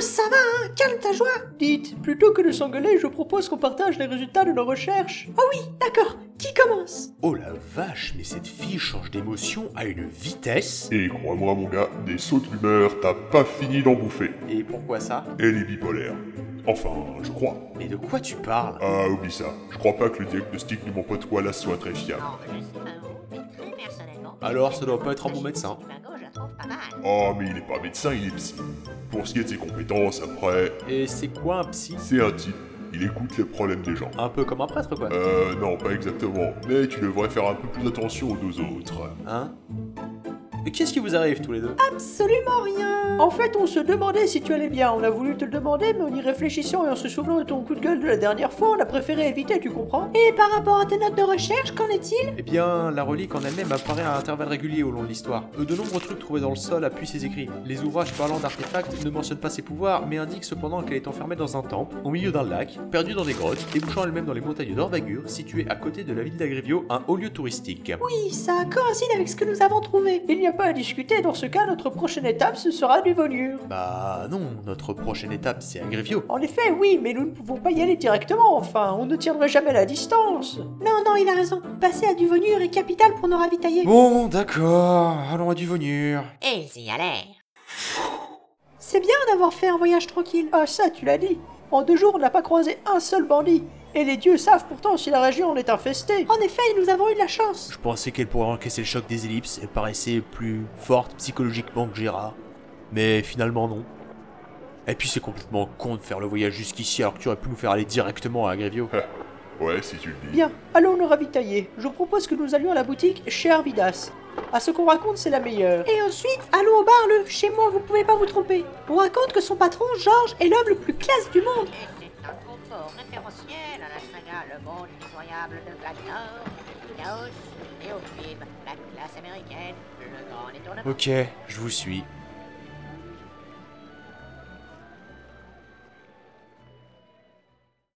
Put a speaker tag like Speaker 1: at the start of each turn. Speaker 1: ça va, hein calme ta joie.
Speaker 2: Dites, plutôt que de s'engueuler, je propose qu'on partage les résultats de nos recherches.
Speaker 1: Oh oui, d'accord, qui commence
Speaker 3: Oh la vache, mais cette fille change d'émotion à une vitesse
Speaker 4: Et crois-moi mon gars, des sautes d'humeur, t'as pas fini d'en bouffer.
Speaker 3: Et pourquoi ça
Speaker 4: Elle est bipolaire. Enfin, je crois.
Speaker 3: Mais de quoi tu parles
Speaker 4: Ah, oublie ça. Je crois pas que le diagnostic de mon pote Wallace soit très fiable.
Speaker 3: Alors, ça doit pas être un bon médecin.
Speaker 4: Ah, mais il est pas médecin, il est psy. Pour ce qui est de ses compétences, après,
Speaker 3: Et c'est quoi un psy
Speaker 4: c'est un type. Il écoute les problèmes des gens.
Speaker 3: Un peu comme un prêtre, quoi.
Speaker 4: Euh, non, pas exactement. Mais tu devrais faire un peu plus attention aux deux autres.
Speaker 3: Hein Mais qu'est-ce qui vous arrive tous les deux
Speaker 1: Absolument rien.
Speaker 2: En fait, on se demandait si tu allais bien. On a voulu te le demander, mais en y réfléchissant et en se souvenant de ton coup de gueule de la dernière fois, on a préféré éviter, tu comprends
Speaker 1: Et par rapport à tes notes de recherche, qu'en est-il
Speaker 3: Eh bien, la relique en elle-même apparaît à intervalles réguliers au long de l'histoire. De nombreux trucs trouvés dans le sol appuient ses écrits. Les ouvrages parlant d'artefacts ne mentionnent pas ses pouvoirs, mais indiquent cependant qu'elle est enfermée dans un temple, au milieu d'un lac, perdue dans des grottes, débouchant elle-même dans les montagnes d'Orvagur, situées à côté de la ville d'Agrivio, un haut lieu touristique.
Speaker 1: Oui, ça coïncide avec ce que nous avons trouvé.
Speaker 2: Il n'y a pas à discuter, dans ce cas, notre prochaine étape, ce sera du volure.
Speaker 3: Bah non, notre prochaine étape c'est Agrivio.
Speaker 2: En effet, oui, mais nous ne pouvons pas y aller directement, enfin, on ne tiendrait jamais la distance.
Speaker 1: Non, non, il a raison. Passer à Duvonur est capital pour nous ravitailler.
Speaker 3: Bon, d'accord, allons à Duvonur.
Speaker 5: Et y aller.
Speaker 1: C'est bien d'avoir fait un voyage tranquille.
Speaker 2: Ah, ça, tu l'as dit. En deux jours, on n'a pas croisé un seul bandit. Et les dieux savent pourtant si la région en est infestée.
Speaker 1: En effet, nous avons eu de la chance.
Speaker 3: Je pensais qu'elle pourrait encaisser le choc des ellipses, elle paraissait plus forte psychologiquement que Gérard. Mais finalement non. Et puis c'est complètement con de faire le voyage jusqu'ici alors que tu aurais pu nous faire aller directement à Agrivio.
Speaker 4: Ouais, si tu le dis.
Speaker 2: Bien, allons nous ravitailler. Je propose que nous allions à la boutique chez Arvidas. À ce qu'on raconte, c'est la meilleure.
Speaker 1: Et ensuite, allons au bar, le chez moi, vous pouvez pas vous tromper. On raconte que son patron, Georges, est l'homme le plus classe du monde.
Speaker 5: Et c'est un propos référentiel à la saga Le Monde Incroyable de Gladiator, Chaos et au film La classe américaine, le grand détournement.
Speaker 3: Ok, je vous suis.